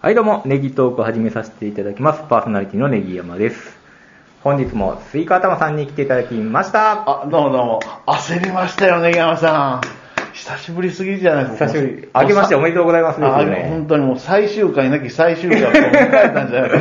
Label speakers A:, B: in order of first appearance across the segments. A: はいどうも、ネギトークを始めさせていただきます。パーソナリティのネギ山です。本日もスイカ頭さんに来ていただきました。
B: あ、どうもどうも。焦りましたよね、山さん。久しぶりすぎじゃないですか。
A: 久しぶり、明けましておめでとうございますです
B: あ
A: よ
B: あ
A: ね
B: 本。当にもう最終回なき最終回を迎えたんじゃな いか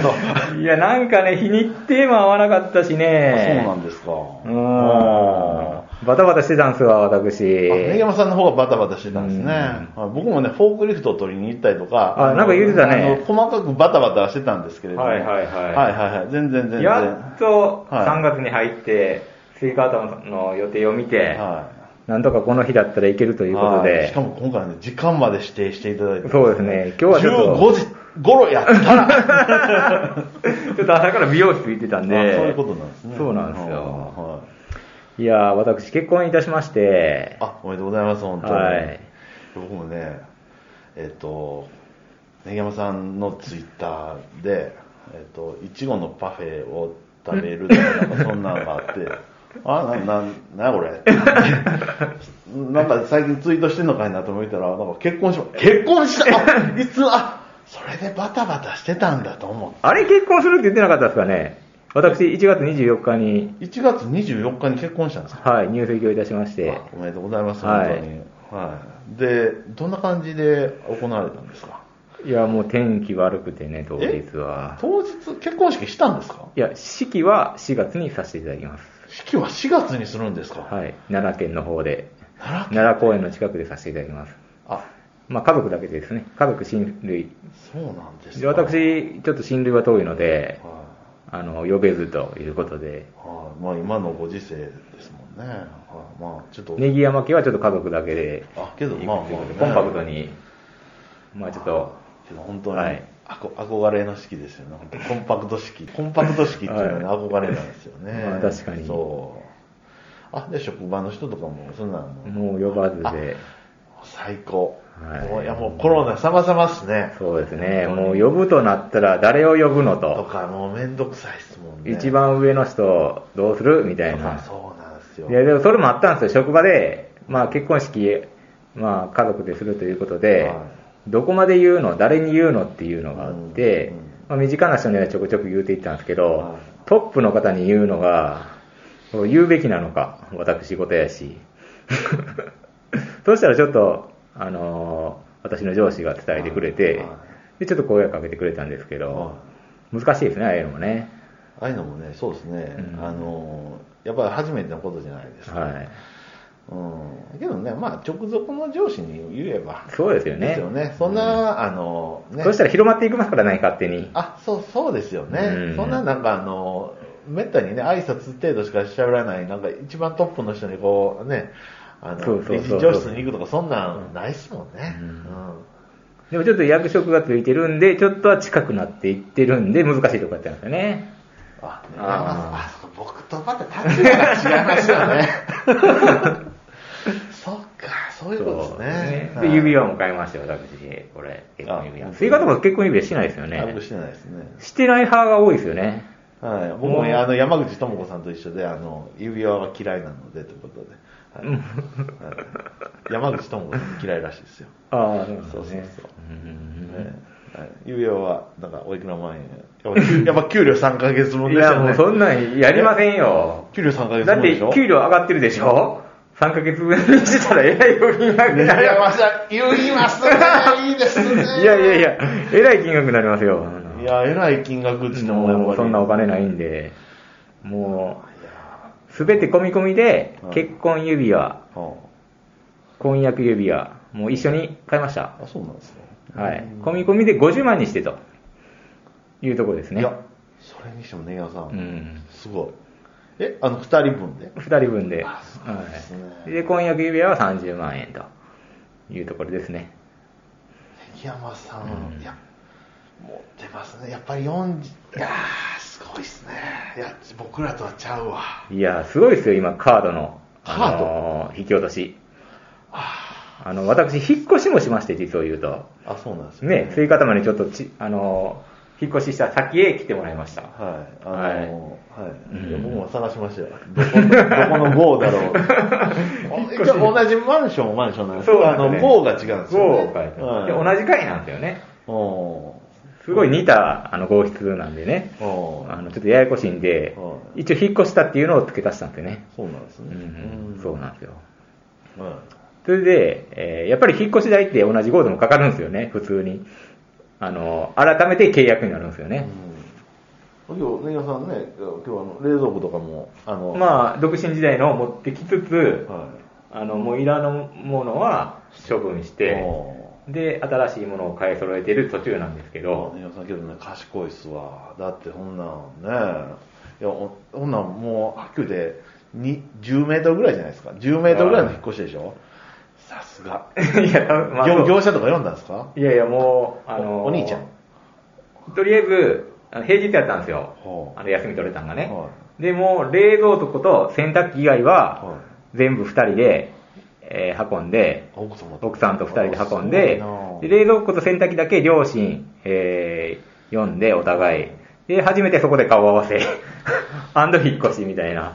B: と。
A: いや、なんかね、日にテーマ合わなかったしね。
B: そうなんですか。
A: うーん。バタバタしてたんですわ、私。
B: あ根山さんの方がバタバタしてたんですね、あ僕もね、フォークリフトを取りに行ったりとか、
A: あなんか言うてたね
B: あの細かくバタバタはしてたんですけれども、
A: はいはいはい
B: はいはいはい全然全然、
A: やっと
B: はい
A: 3月に入って、スイカ頭さんの予定を見て、
B: は
A: なんとかこの日だったらいけると
B: い
A: いうこと
B: はい
A: で
B: しか、も今回ね、時間まで指定していただいて、
A: そうですね、今日はちょっと、
B: 15時頃やったら、
A: ちょっと朝から美容室行ってたん
B: あ
A: で、
B: そういうことなんですね。
A: そうなんですよ
B: はい
A: やー、私、結婚いたしまして
B: い、あ、おめでとうございます、本当に。
A: はい
B: 僕もね、えっ、と、根山さんのツイッターで、えっ、と、いちごのパフェを食べるとか、なんかそんなのがあって、 あ、な、な、なやこれ。 なんか最近ツイートしてんのかいなと思ったら、なんか結婚しま、結婚したあいつ、あ、それでバタバタしてたんだと思って。
A: あれ、結婚するって言ってなかったですかね、私、1月24日に、
B: 1月24日に結婚したんですか
A: はい、入籍をいたしまして、
B: おめでとうございます、
A: は
B: 本
A: い
B: 当に。はい。で、どんな感じで行われたんですか
A: いや、もう天気悪くてね、当
B: え
A: 日は。
B: 当日、結婚式したんですか
A: いや、式は4月にさせていただきます。
B: 式は4月にするんですか、
A: はい、奈良県の方で、
B: 奈良
A: 奈良公園の近くでさせていただきます。
B: あ、
A: まあ、家族だけですね、家族親類。
B: そうなんです
A: で
B: か。はい、
A: 私、ちょっと親類は遠いので、
B: は
A: あの、呼べずということで、
B: い。まあ、今のご時世ですもんね。はい。まあ、ちょっと、
A: ネギ山家はちょっと家族だけで、
B: あ、けど、まあまあ、ね、
A: コンパクト。に、まあちょっと、
B: けど、本当に、
A: はい
B: あこ憧れの式ですよね。本当コンパクト式。コンパクト式っていうのはね、憧れなんですよ ね。
A: まあ確かに
B: そう。あ、で、職場の人とかも、そんなの。
A: もう呼ばずで、
B: 最高、
A: はい
B: もういやもうコロナ様々っすね
A: そうですね、もう呼ぶとなったら誰を呼ぶの
B: と
A: と、
B: かもうめんどくさいっすもんね
A: 一番上の人どうするみたい
B: とか
A: な。
B: そうなんですよ
A: いや、でもそれもあったんですよ、職場で、まあ結婚式、まあ家族でするということで
B: は、
A: どこまで言うの、誰に言うのっていうのがあって
B: うんうん、
A: まあ身近な人にはちょくちょく言うていったんですけ
B: は
A: ど
B: い、
A: トップの方に言うのが、言うべきなのか、私事やし。 そうしたらちょっと、あのー私の上司が伝えてくれて、
B: はいは
A: で、ちょっと声をかけてくれたんですけど
B: は、
A: 難しいですね、ああいうのもね。
B: ああいうのもねそうですね、
A: うん
B: あのやっぱり初めてのことじゃないですか、
A: はい。
B: うん、けどねまあ直属の上司に言えば
A: そうですよね。
B: ですよねそんな、あのね
A: そうしたら広まっていきますからね、勝手に。
B: あそうそうですよね、
A: うん
B: そんななんかあのめったにね挨拶程度しか喋らないなんか一番トップの人にこうねあ
A: そう
B: の
A: そう
B: 理
A: そう
B: 事上室に行くとかそんなんないっすもんね、
A: う
B: うんん
A: でもちょっと役職がついてるんで、ちょっとは近くなっていってるんで、難しいとこやったんですよね。
B: あね
A: あ
B: あそう僕とまた立場が違いますよね そっかそういうことですね
A: そうで指輪も買いましたよ、私。これ、結婚指輪。スイカとか結婚指輪しないですよね
B: ね。してないですね
A: してない派が多いですよね。
B: はい、僕もねあの山口智子さんと一緒であの指輪は嫌いなのでということで、はいはい山口智子さん嫌いらしいですよ、
A: ああ、そう
B: そうそうそう
A: うん
B: ねはい、指輪はなんかおいくら万円やっぱ 給やっぱ給料3ヶ月分
A: い
B: です
A: や、
B: よ
A: も
B: ね
A: うそんなんやりませんよ。
B: 給料3ヶ月
A: だっ
B: 分で
A: て
B: しょ、
A: 給料上がってるでしょ ?3 ヶ月分にしたらえらい金額に
B: い
A: な
B: やい
A: る
B: やまさ言いますねいいですね
A: いやいやいや、えらい金額になりますよ。
B: いやえらい金額っつってもやっぱ
A: もう
B: り
A: そんなお金ないんで、もう、すべて込み込みで
B: う、ん
A: 結婚指輪、
B: は
A: 婚約指輪、もう一緒に買いました
B: あ。あそうなんですね
A: はい。込み込みで50万にしてと、いうところですね。
B: いやそれにしてもね矢さん、
A: うん。
B: すごいえあの2人分で
A: 二人分で。
B: あそうですね
A: はい。で、婚約指輪は30万円というところですね。
B: 関山さん、
A: うん
B: いや持ってますねやっぱり40いやーすごいっすねいや僕らとはちゃうわ
A: いや、すごいですよ、今、カードの。
B: カード
A: ド引き落とし。
B: あ
A: あの、私、引っ越しもしまして、実を言うと。
B: ーあそうなんですよ
A: ね、そういう方までちょっとち、あの、引っ越しした先へ来てもらいました。
B: はいあのーはい、いや
A: うん
B: 僕も探しましたよどこのどこの号 だろう
A: 越し
B: 一応同じマンションはマンションなんですけ
A: そう
B: ど
A: な
B: あ
A: んですね
B: の号が違うんですよ、ね、
A: そう書いてある
B: はい
A: で同じ階なんですよね。
B: お
A: すごい似たあの合室なんでね、
B: おー
A: あのちょっとややこしいんで
B: は、い
A: 一応引っ越したっていうのを付け足したんですよね。
B: そうなんです
A: う
B: ね。
A: ん、そうなんですよ。
B: うん。はい
A: それで、えーやっぱり引っ越し代って同じゴールドもかかるんですよね、普通に。あの、改めて契約になるんですよね。
B: うん今日、ネギさんね、今日あの冷蔵庫とかも、あの、
A: まあ、独身時代のを持ってきつつ、
B: は
A: あの、もういらぬものは処分し
B: い。
A: て、
B: お
A: で、新しいものを買い揃えてる途中なんですけ
B: ー
A: ど、
B: ネギさんけどね、賢いっすわ。だって、ほんなんね、いや、ほほんなんもう、はっきり言って、に10メートルぐらいじゃないですか。10メートルぐらいの引っ越しでしょ。さす が。
A: いや、まあ、
B: 業
A: そう
B: 業者とか読んだんですか
A: いやいや、もう、あの、
B: お兄ちゃん。
A: とりあえず、あの平日やったんですよ
B: ほ。う
A: あの、休み取れたんがね
B: は。
A: でも、冷蔵庫と洗濯機以外
B: は
A: は、全部2人で、えー運んで、
B: 奥様
A: 奥さんと2人で運んで
B: あすご、
A: で
B: いな
A: 冷蔵庫と洗濯機だけ両親、えー、読んで、お互い。で、初めてそこで顔合わせ。 アンド引っ越しみたいな。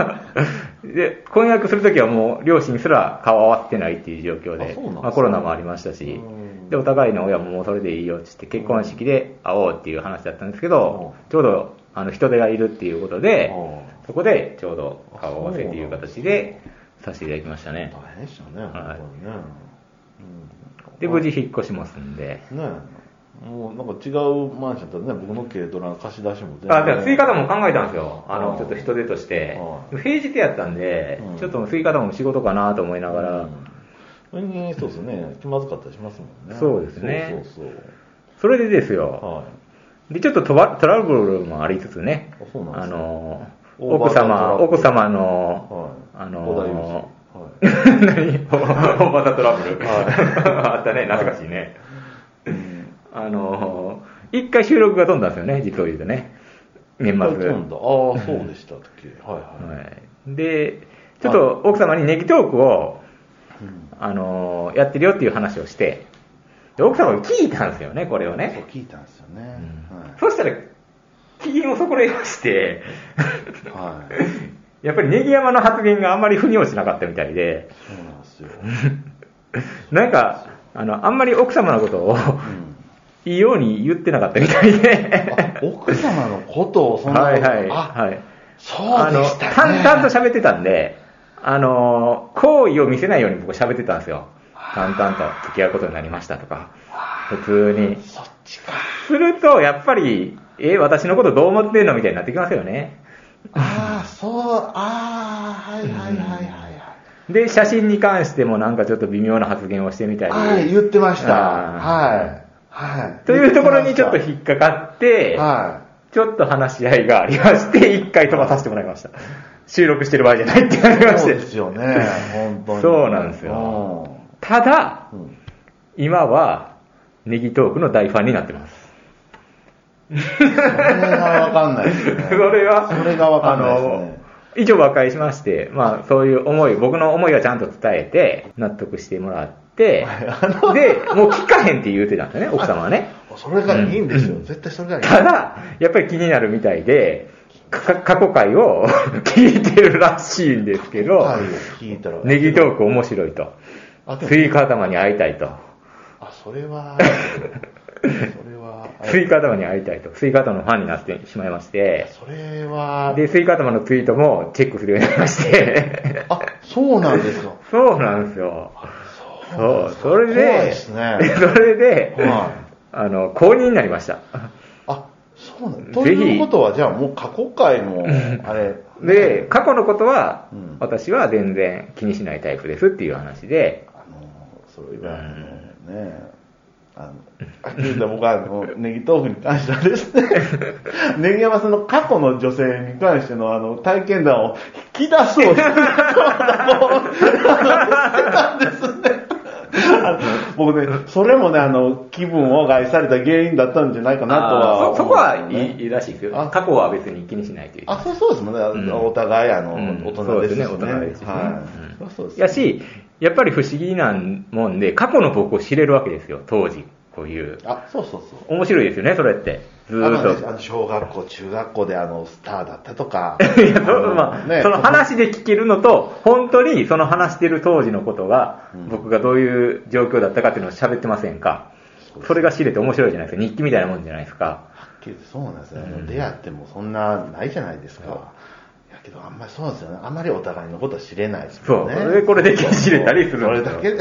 A: で、婚約するときはもう両親すら顔合わせてないっていう状況
B: あ
A: で、
B: そうなんですね
A: まあ、コロナもありましたし
B: うん、
A: で、お互いの親ももうそれでいいよって言って、結婚式で会おうっていう話だったんですけど
B: う、
A: ちょうどあの人手がいるっていうことで
B: う、
A: そこでちょうど顔合わせっていう形でさせていただきましたね。
B: 大変でしたね、
A: はい
B: 本当にね。うん
A: で、無事引っ越しますんで。
B: ねもうなんか違うマンションだったらね、僕の軽トラの貸し出しも全
A: あ、だから吸い方も考えたんですよ。あ
B: う
A: の、
B: ん
A: ちょっと人手として
B: う。
A: 平日やったんで
B: うん、
A: ちょっと吸い方も仕事かなと思いなが
B: う
A: ら、
B: んそれにそうですね、気まずかったりしますもんね。
A: そうですね
B: そうそう
A: それでです
B: そう。
A: よ。
B: はい。
A: で、ちょっとトラトラブルもありつつね
B: あそう、なんで
A: あ
B: すね
A: の、
B: オーバー
A: 奥
B: ザトラ
A: 様、
B: ブル
A: 奥様
B: は
A: の
B: い、
A: あ
B: 小田裕
A: の、
B: 二は い
A: 何オーバーザトラブル。
B: は
A: あったね、懐かしいね。あの、一回収録が飛んだんですよね、実を言うとね。年末。
B: ああ、そうでしたっけ。はいはい。
A: はい、で、ちょっと奥様にネギトークを、
B: うん
A: あのーやってるよっていう話をして、で奥様が聞いたんですよね、これを
B: そう
A: ね。
B: 聞いたんですよね。
A: うん
B: はい
A: そしたら、機嫌を損ねまして、
B: はい。
A: やっぱりネギ山の発言があんまり腑に落ちなかったみたいで、
B: そうなんですよ。
A: なんか、あの、あんまり奥様のことを、
B: うん
A: いいように言ってなかったみたいで、
B: あ奥様のことをそんな
A: は
B: こ
A: い
B: と
A: はい、
B: あ、
A: はい。
B: そうでしたね。
A: あの淡々と喋ってたんで、あの好意を見せないように僕喋ってたんですよ。淡々と付き合うことになりましたとか、普通に。
B: そっちか。
A: すると、やっぱり、え、私のことどう思ってんのみたいになってきますよね。
B: ああ、そう、ああ、はいはいはいはいはい。
A: で、写真に関してもなんかちょっと微妙な発言をしてみたり。
B: はい、言ってました。
A: あー
B: はい。はい。
A: というところにちょっと
B: 言
A: 引っかかって
B: てました、は
A: ちょっと話し合いがありまして、一回飛ばさせてもらいました。収録してる場合じゃないってなりま
B: い。
A: し
B: そう
A: て
B: で。すよね、本当に。
A: そうなんですよただ、
B: うん。うん
A: 今は、ネギトークの大ファンになって ます。
B: それがわかんないですね。
A: それは、
B: それがわかんないですね。
A: あの、以上和解しまして、まあ、そういう思い、僕の思いはちゃんと伝えて、納得してもらって、で、もう聞かへんって言うてたんですよね、奥様はね。
B: それがいいんですよ。絶対それがいい。
A: ただ、やっぱり気になるみたいで、か過去回を 聞いてるらしいんですけど、
B: はい聞いたら。
A: ネギトーク面白いと。
B: あでも
A: スイカ頭に会いたいと。
B: あ、それは、それは、
A: スイカ頭に会いたいと。スイカ頭のファンになってしまいまして、
B: それは、
A: で、スイカ頭のツイートもチェックするようになりまして。
B: あ、そうなんですか。
A: そうなんですよ。そう、それで、
B: 怖いですね
A: それで、
B: はい
A: あの、公認になりました。
B: あ、そうな
A: ぜ
B: ん
A: ひ
B: ということは、じゃあもう過去回も、あれ、
A: で、過去のことは、
B: うん
A: 私は全然気にしないタイプですっていう話で、
B: あの、それ今、あのね、あの、あっきり言ったら僕は、あの、ネギ豆腐に関してはですね、ネギ山さんの過去の女性に関しての、あの、体験談を引き出そうと、あの僕ね、それもね、あの、気分を害された原因だったんじゃないかなとは
A: あーそそ
B: 思
A: こ
B: うんですよ
A: は
B: ね、
A: いいいいらしいですよ。
B: あ
A: 過去は別に気にしないという。
B: あ、そうそうですもんね。
A: ん
B: お互い、あの、
A: うん
B: 大人ですしね。
A: そうですね、大人ですしね。
B: はい。
A: うん
B: そうですね
A: や、し、やっぱり不思議なもんで、過去の僕を知れるわけですよ、当時。こういう。
B: あ、そうそうそう。
A: 面白いですよね、それって。ず
B: あの
A: ーっ
B: ね
A: と。、
B: あの小学校、中学校であのスターだったとか
A: いやそうまあ
B: ね
A: その話で聞けるのと、本当にその話してる当時のことが
B: うん、
A: 僕がどういう状況だったかっていうのを喋ってませんか。
B: そう
A: それが知れて面白いじゃないですか。日記みたいなもんじゃないです か。
B: はっきり言ってそうなんですね、
A: うん
B: 出会ってもそんなないじゃないですか、やけどあんまりそうなんですよねあんまりお互いのことは知れないですもんね
A: そうそれでこれで知れたりするん
B: そ
A: で
B: れ
A: すよ
B: だけで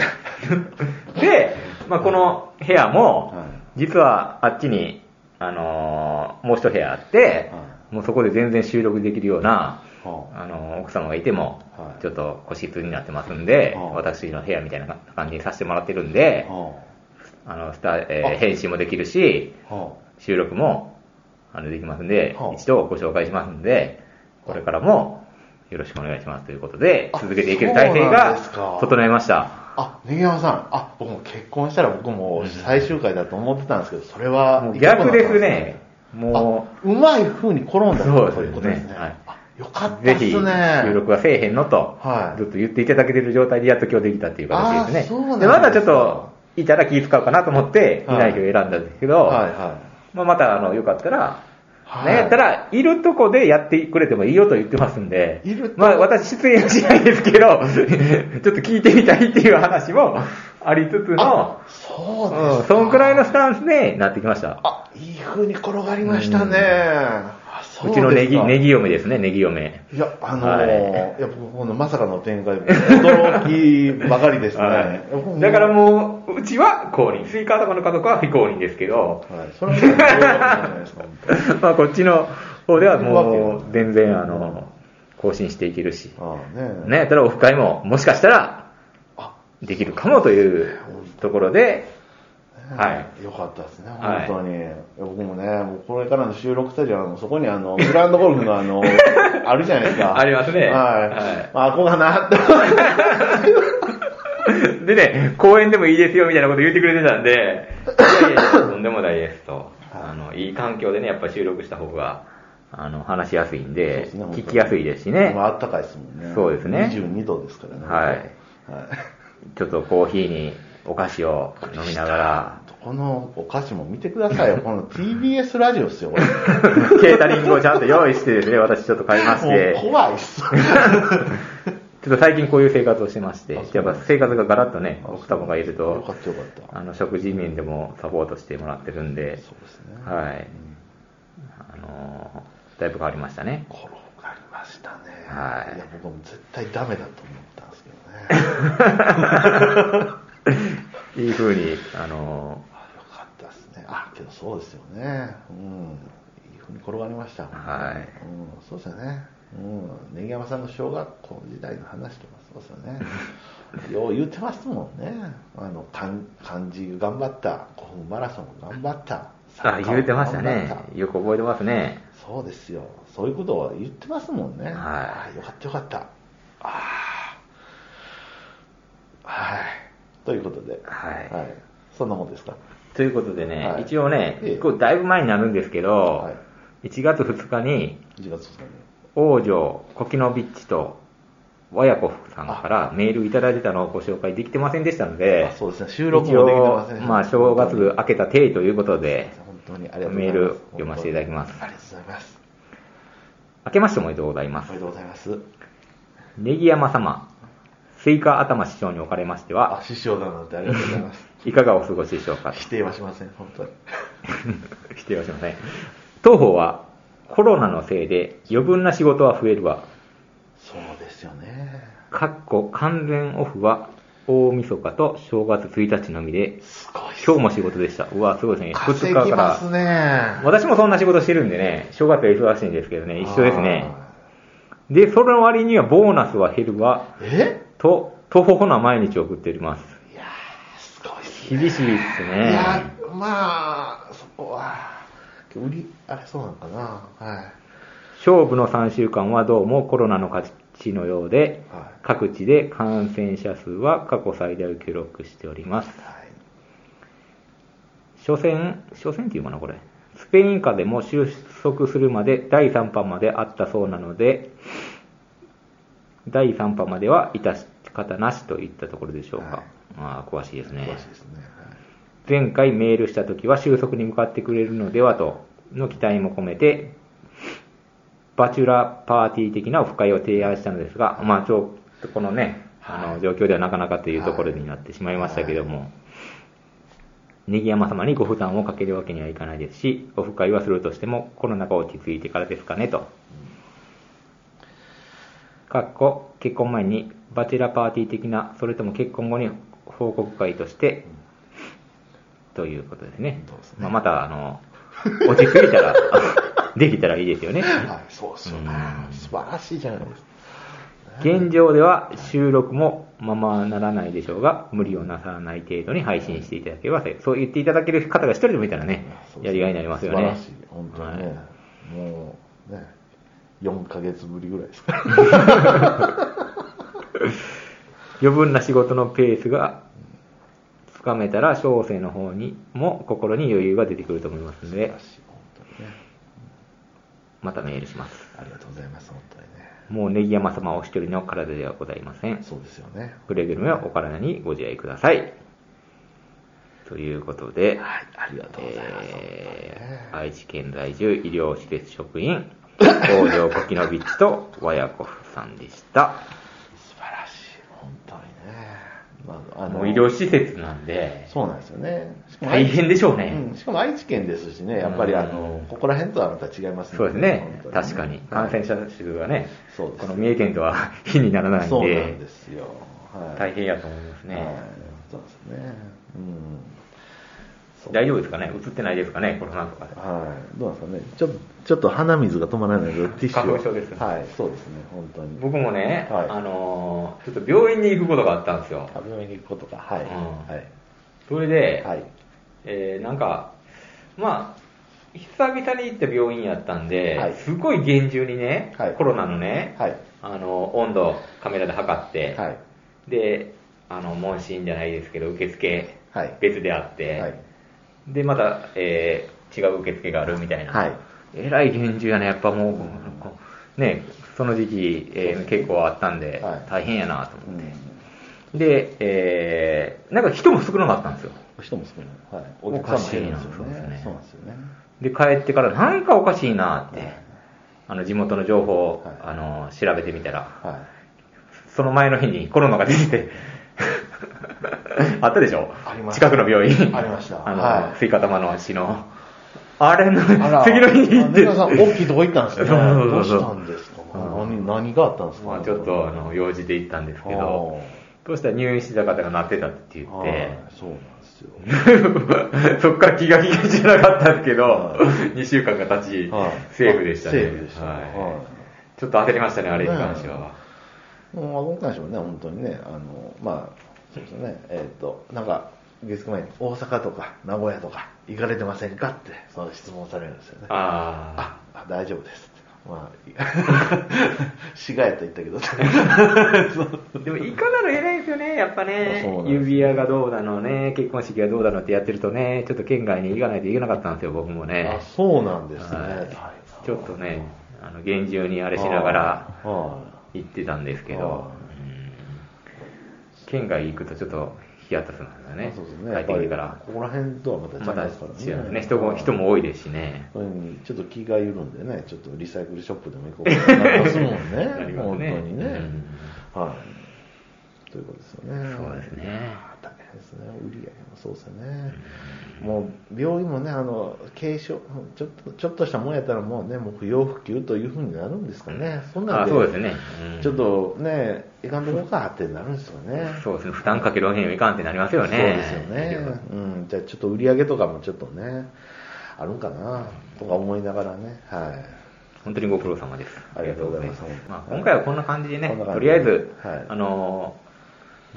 A: で、まあ、この部屋も
B: はい、
A: 実はあっちに、あのーもう一部屋あって、もうそこで全然収録できるような、
B: はあ
A: あのー奥様がいても
B: は、い
A: ちょっと個室になってますんで、
B: はあ
A: 私の部屋みたいな感じにさせてもらってるんで、
B: は
A: あのスタえー
B: あ
A: 編集もできるし、
B: あは
A: 収録もあのできますんで
B: は、あ
A: 一度ご紹介しますんで、これからもよろしくお願いしますということで、
B: あ
A: 続けていける
B: そうな
A: 体
B: ん
A: 制
B: で
A: が
B: すか
A: 整いました。
B: ああ根山さんあ僕も結婚したら僕も最終回だと思ってたんですけどそれは
A: もう逆ですね。
B: いかがだったん
A: も
B: ですかあうまい風に転んだ
A: そうですね
B: ということですね
A: はい
B: あよかった
A: う、ぜ
B: で
A: ひ
B: すね
A: 収録はせえへんのと
B: は、い
A: ずっと言っていただけてる状態でやっと今日できたっていう形
B: あー
A: です
B: そうな
A: ね。
B: ん
A: で、
B: です
A: ま
B: か
A: だちょっと、いたら気使うかなと思って、い
B: はい
A: ない日を選んだんですけ
B: は
A: ど、
B: いはい
A: まあまた、あの、よかったら、
B: は
A: な
B: い
A: んやったら、いるとこでやってくれてもいいよと言ってますんで、
B: いると
A: まあ私出演はしないです けど、ちょっと聞いてみたいっていう話もありつつの
B: あ、そうですか
A: うん、そんくらいのスタンスでなってきました。
B: あ、いい風に転がりましたね。
A: うん
B: あそうです
A: ち
B: か
A: のネギ、ネギ嫁ですね、ネギ嫁。
B: いや、あのー、
A: はい
B: や、僕、このまさかの展開、驚きばかりですね。
A: はいだから
B: も
A: もう、うちは公認、スイカとかの家族は非公認ですけど、
B: う、はい、それはもう、驚きじゃないですか。本当に
A: まあこっちの方ではも
B: う
A: うん全然、あの、更新していけるし、
B: ああね
A: ね、ただオフ会ももしかしたら
B: あ、
A: できるかもというところで、は
B: よかったですね、
A: はい
B: 本当に。いや僕もね、もうこれからの収録スタジオは、そこにあの、グランドゴルフの あの、あるじゃないですか。
A: ありますねはい
B: はい。まあ、ここかなって。
A: でね、公園でもいいですよみたいなこと言ってくれてたんで、いやいや、とんでもないですと。あの、いい環境でね、やっぱ収録した方が、あの、話しやすいん
B: そう
A: で、
B: ですね本当に
A: 聞きやすいですしね、
B: 今、あったかいですもんね。
A: そうですね
B: 22度ですからね。
A: はい
B: はい。
A: ちょっとコーヒーにお菓子を飲みながら、
B: このお菓子も見てください よ。この TBS ラジオっすよ、これ。
A: ケータリングをちゃんと用意してですね、私ちょっと買いまし
B: もう
A: て、
B: 怖いっす。
A: ちょっと最近こういう生活をしてまして
B: あそう、
A: やっぱ生活がガラッとね、奥様がいる
B: よ
A: と
B: かっ、たよかった。
A: あの、食事面でもサポートしてもらってるんで、
B: そうですね。
A: はい
B: うん
A: あの、だいぶ変わりましたね。
B: 転がりましたね。
A: はい
B: や、僕も絶対ダメだと思ったんですけどね。
A: いい風に、あの、
B: あよかったですね。あ、けどそうですよね。うん。いい風に転がりました。
A: はい
B: うん、そうですよね。うん。根山さんの小学校時代の話とかそうですよね。 よう言ってますもんね。あの、漢漢字頑張った、古墳マラソン頑張った。サ
A: あ、
B: ッカー
A: 言うてました
B: 頑張っ
A: ね。よく覚えてますね。
B: そうですよ。そういうことを言ってますもんね。。
A: はい
B: よかったよかった。ああ。はい。ということで。
A: はい
B: そんなもんですか。
A: ということでね、
B: はい
A: 一応ね
B: ええ、
A: これだいぶ前になるんですけど、
B: は
A: 1月2日に、
B: 1月2日に。
A: 王女、コキノビッチと、ワヤコフさんからメールいただいてたのをご紹介できてませんでしたので
B: あ、そうですね。収録もできてません、
A: 一応まあ、正月明けた定ということで、
B: 本当にありがとうございます。
A: メール読ませていただきます
B: 本当にありがとうございます。
A: 明けましておめでとうござい
B: お
A: ま
B: め
A: す
B: で。とうございます。
A: ネギ山様、スイカ頭師匠におかれまして
B: あ
A: は、、
B: 師匠だなんてありがとうござ います。
A: いかがお過ごしでしょうか
B: 否定はしません、本当に。
A: 否定はしません。当方はコロナのせいで余分な仕事は増えるわ。
B: そうですよね。
A: かっこ完全オフは大晦日と正月1日のみで、
B: すごいっす
A: 今日も仕事でした。うわ、すごいですね。
B: 稼ぎ
A: 2日か
B: ます
A: ら。
B: ね。
A: 私もそんな仕事してるんでね、正月は忙しいんですけどね、一緒ですね。で、その割にはボーナスは減るわ、
B: あー。え
A: と、とほほな毎日を送っております。
B: いやー、すごいっすね
A: 厳しいです
B: い
A: ね。
B: や、まあ、そこは、売り、あれそうなのかな。はい。
A: 勝負の3週間はどうもコロナの勝ちのようで、
B: は
A: 各地で感染者数は過去最大を記録しております。
B: い。はい。
A: 初戦、初戦っていうかな、これ。スペイン下でも収束するまで第3波まであったそうなので、第3波までは致し方なしといったところでしょうか。
B: はい
A: まあ、詳しいですね。
B: 詳しいですね。
A: 前回メールした時は収束に向かってくれるのではとの期待も込めて、バチュラーパーティー的なオフ会を提案したのですが、まあ、ちょこのね、あ
B: は
A: の
B: い
A: 状況ではなかなかというところになってしまいましたけども、ネギ山様にご負担をかけるわけにはいかないですし、オフ会はするとしてもコロナが落ち着いてからですかねと。かっこ結婚前にバチェラパーティー的な、それとも結婚後に報告会として、ということですね。
B: そうですね
A: まあ、また、あの、落ち着いたら、 できたらいいですよね。
B: はい、そうっすよね
A: う。ん
B: 素晴らしいじゃないですか。
A: 現状では収録もままならないでしょうが、無理をなさらない程度に配信していただければ、そう言っていただける方が一人でもいたらね、やりがいになりますよね。
B: 素晴らしい、本当にね。
A: はい
B: もう、ね、4ヶ月ぶりぐらいですか。
A: 余分な仕事のペースがつかめたら、小生の方にも心に余裕が出てくると思いますの
B: 素晴
A: で
B: ら、しい、本当にね。
A: またメールします。
B: ありがとうございます、本当にね。
A: もうネギ山様お一人の体ではございません。
B: そうですよね。
A: くれぐれもお体にご自愛ください。ということで、
B: はい、ありがとうございます。
A: えー
B: 本
A: 愛知県在住医療施設職員、工場コキノビッチとワヤコフさんでした。
B: 当にね素晴らしい、本当にね。まあ、あ
A: もう医療施設なんで、
B: そうなんですよね。しかも
A: 大変でしょうね。
B: うん、しかも愛知県ですしね、やっぱりあの、
A: うん
B: ここら辺とはまた違います
A: そうですね。
B: 本当
A: 確かに。感染者数がね、
B: そうで
A: こ
B: す
A: の三重県とは 比にならないん
B: そう
A: で、
B: なんですよ。はい、
A: 大変やと思いますね。
B: はい、そうですね。うん。そう
A: 大丈夫ですかね映ってないですかねコロナとかで。
B: はい。どうなんですかね。ちょっと、ちょっと鼻水が止まらない ので、ティッシュを。
A: 花粉症ですね
B: はい、そうですね、本当に。
A: 僕もね、
B: はい
A: あのーちょっと病院に行くことがあったんですよ。
B: 食べに行くことか。はい。
A: うん
B: は
A: それで、
B: い。はい。
A: えーなんか、まあ、久々に行った病院やったんで、
B: はい
A: すごい厳重にね、
B: はい
A: コロナのね、
B: はい。
A: あの温度カメラで測って、
B: はい。
A: であの問診じゃないですけど受付
B: はい
A: 別であって、
B: はい
A: でまた、えー違う受付があるみたいな、
B: はい
A: えらい厳重やねやっぱもう、こうねその時期、えー結構あったんで、
B: はい
A: 大変やなと思って、
B: う
A: で、えーなんか人も少なかったんですよ
B: ん。人も少ない。はい。
A: お
B: 客
A: か
B: さん
A: しい
B: も
A: な
B: 減るんですよね。そ
A: そううな
B: な
A: んん
B: ですよね。
A: で帰ってからなんかおかしいなって、
B: はい
A: あの地元の情報を、
B: はい
A: あの調べてみたら
B: はい。
A: その前の日にコロナが出て てあったでしょ
B: ありました
A: 近くの病院
B: ありました
A: あの、
B: はい
A: スイカ玉の市のあれの
B: あ ら、
A: 次の日に行って
B: 皆さん、大きいとこ行ったんですね。
A: そうそう
B: どう
A: そう
B: したんですか何、何があったんですか
A: まあ、ちょっとあの用事で行ったんですけ
B: は
A: どそうしたら入院してた方がなってたって言
B: い
A: って、
B: そうなんで すよ。
A: そっから気が気がしてなかったんですけど、
B: は
A: 2週間が経ち、
B: はい
A: セーフでしたね。
B: セーフでした
A: はい
B: は
A: ちょっと焦りましたね、あれに関しては。
B: もう、今回もね、本当にね、あの、まあ、そうですよね、えっ、と、なんか、月9前に大阪とか名古屋とか行かれてませんかって、その質問されるんですよね。
A: あ
B: あ、あ大丈夫ですって。まあ、 市街と言った けど、
A: あ。でも、いかなる偉いですよね、やっぱ
B: そうな
A: ね
B: ん。です
A: 指輪がどうだのね、結婚式がどうだのってやってるとね、ちょっと県外に行かないといけなかったんですよ、僕もね
B: あ。そうなんですね。
A: はいちょっとね、あの厳重にあれしながら
B: はいはい
A: 行ってたんですけ
B: は
A: ど、うん県外行くとちょっとヒヤッとするんですよね。
B: そうですね。
A: 帰
B: や
A: っ
B: ってぱ
A: きて
B: り
A: から。
B: ここら辺とはまた
A: また
B: 違い
A: 違
B: ますから
A: うね人も人。も多いですしね、
B: うんちょっと気が緩んでね、ちょっとリサイクルショップでも行こうかなります もん
A: な
B: ね。
A: りま
B: 本
A: す
B: 当
A: ね
B: にね。
A: うん
B: はい。ということですよね。
A: そうですね
B: あ大変ですね。売り上げもそうですよね。もう病院もね、あの軽症、ちょっとちょっとしたもんやったら、もうね、もう不要不急というふうになるんですかね、そんなん
A: あ
B: で、
A: そうですね、うん
B: ちょっとね、いかんとこかってなるんですよね。
A: そうですね負担かけるわけにはいかんってなりますよ
B: そう
A: ね
B: ですよね。うん、じゃあちょっと売り上げとかもちょっとね、あるんかな、とか思いながらね、はい。
A: 本当にご苦労様です
B: ありがとうございます
A: まあ、今回はこんな感じでね
B: こんな感
A: と
B: じ
A: り
B: で
A: あえず、
B: はい
A: あのー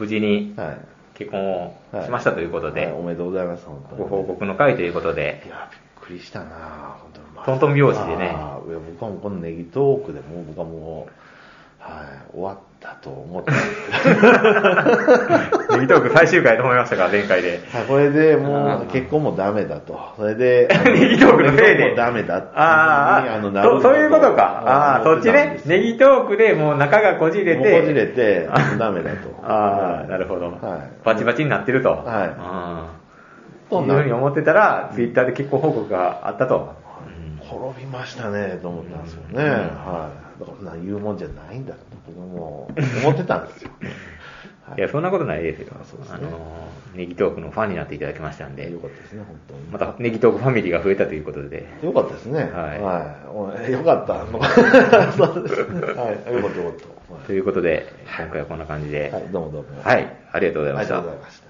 A: 無事に
B: はい。
A: 結婚を
B: はい
A: しましたということで、
B: はいおめでとうございます、本当に。
A: ご報告の会ということで
B: いや、びっくりしたな本当に。
A: トントン拍子でね
B: いや、僕はもうこのネギトークでもう、僕はもう、はい、終わったと思 ったんですけど。
A: ネギトーク最終回と思いましたから前回で
B: はいこれでも
A: あー
B: う結婚もダメだと。そ れで、あの
A: ネギトークのせい
B: 結婚
A: で
B: もダメだっていうふうに
A: あーあ
B: あの
A: ー
B: なるほ
A: そ
B: ど
A: そういうことかああーそっちねネギトークでもう中がこじれ
B: も
A: て
B: うこじれて、ダメだと。
A: あ
B: は
A: あ、
B: い
A: なるほど。
B: はい
A: バチバチになってると。
B: はい
A: いうん。
B: そ
A: いうう
B: なん
A: ふうに思ってたら、ツイッターで結婚報告があったと。
B: 転びましたねと思ったんですよね、
A: うん
B: はいだからそんなん言うもんじゃないんだと僕はもう思ってたんですよはい
A: いや、そんなことないですよ。
B: あそうですね
A: あの、ネギトークのファンになっていただきましたんで
B: よ、かったですね、本当に。
A: またネギトークファミリーが増えたということで、
B: よかったですね。
A: はい
B: はい。よかった。 そうですねはい。よかった、よかっ
A: ということで、今回はこんな感じで
B: た。、はい、どうもどうも。
A: はい、ありがとうござい
B: あ
A: ま
B: り
A: し
B: がとう
A: た
B: ござ。いました。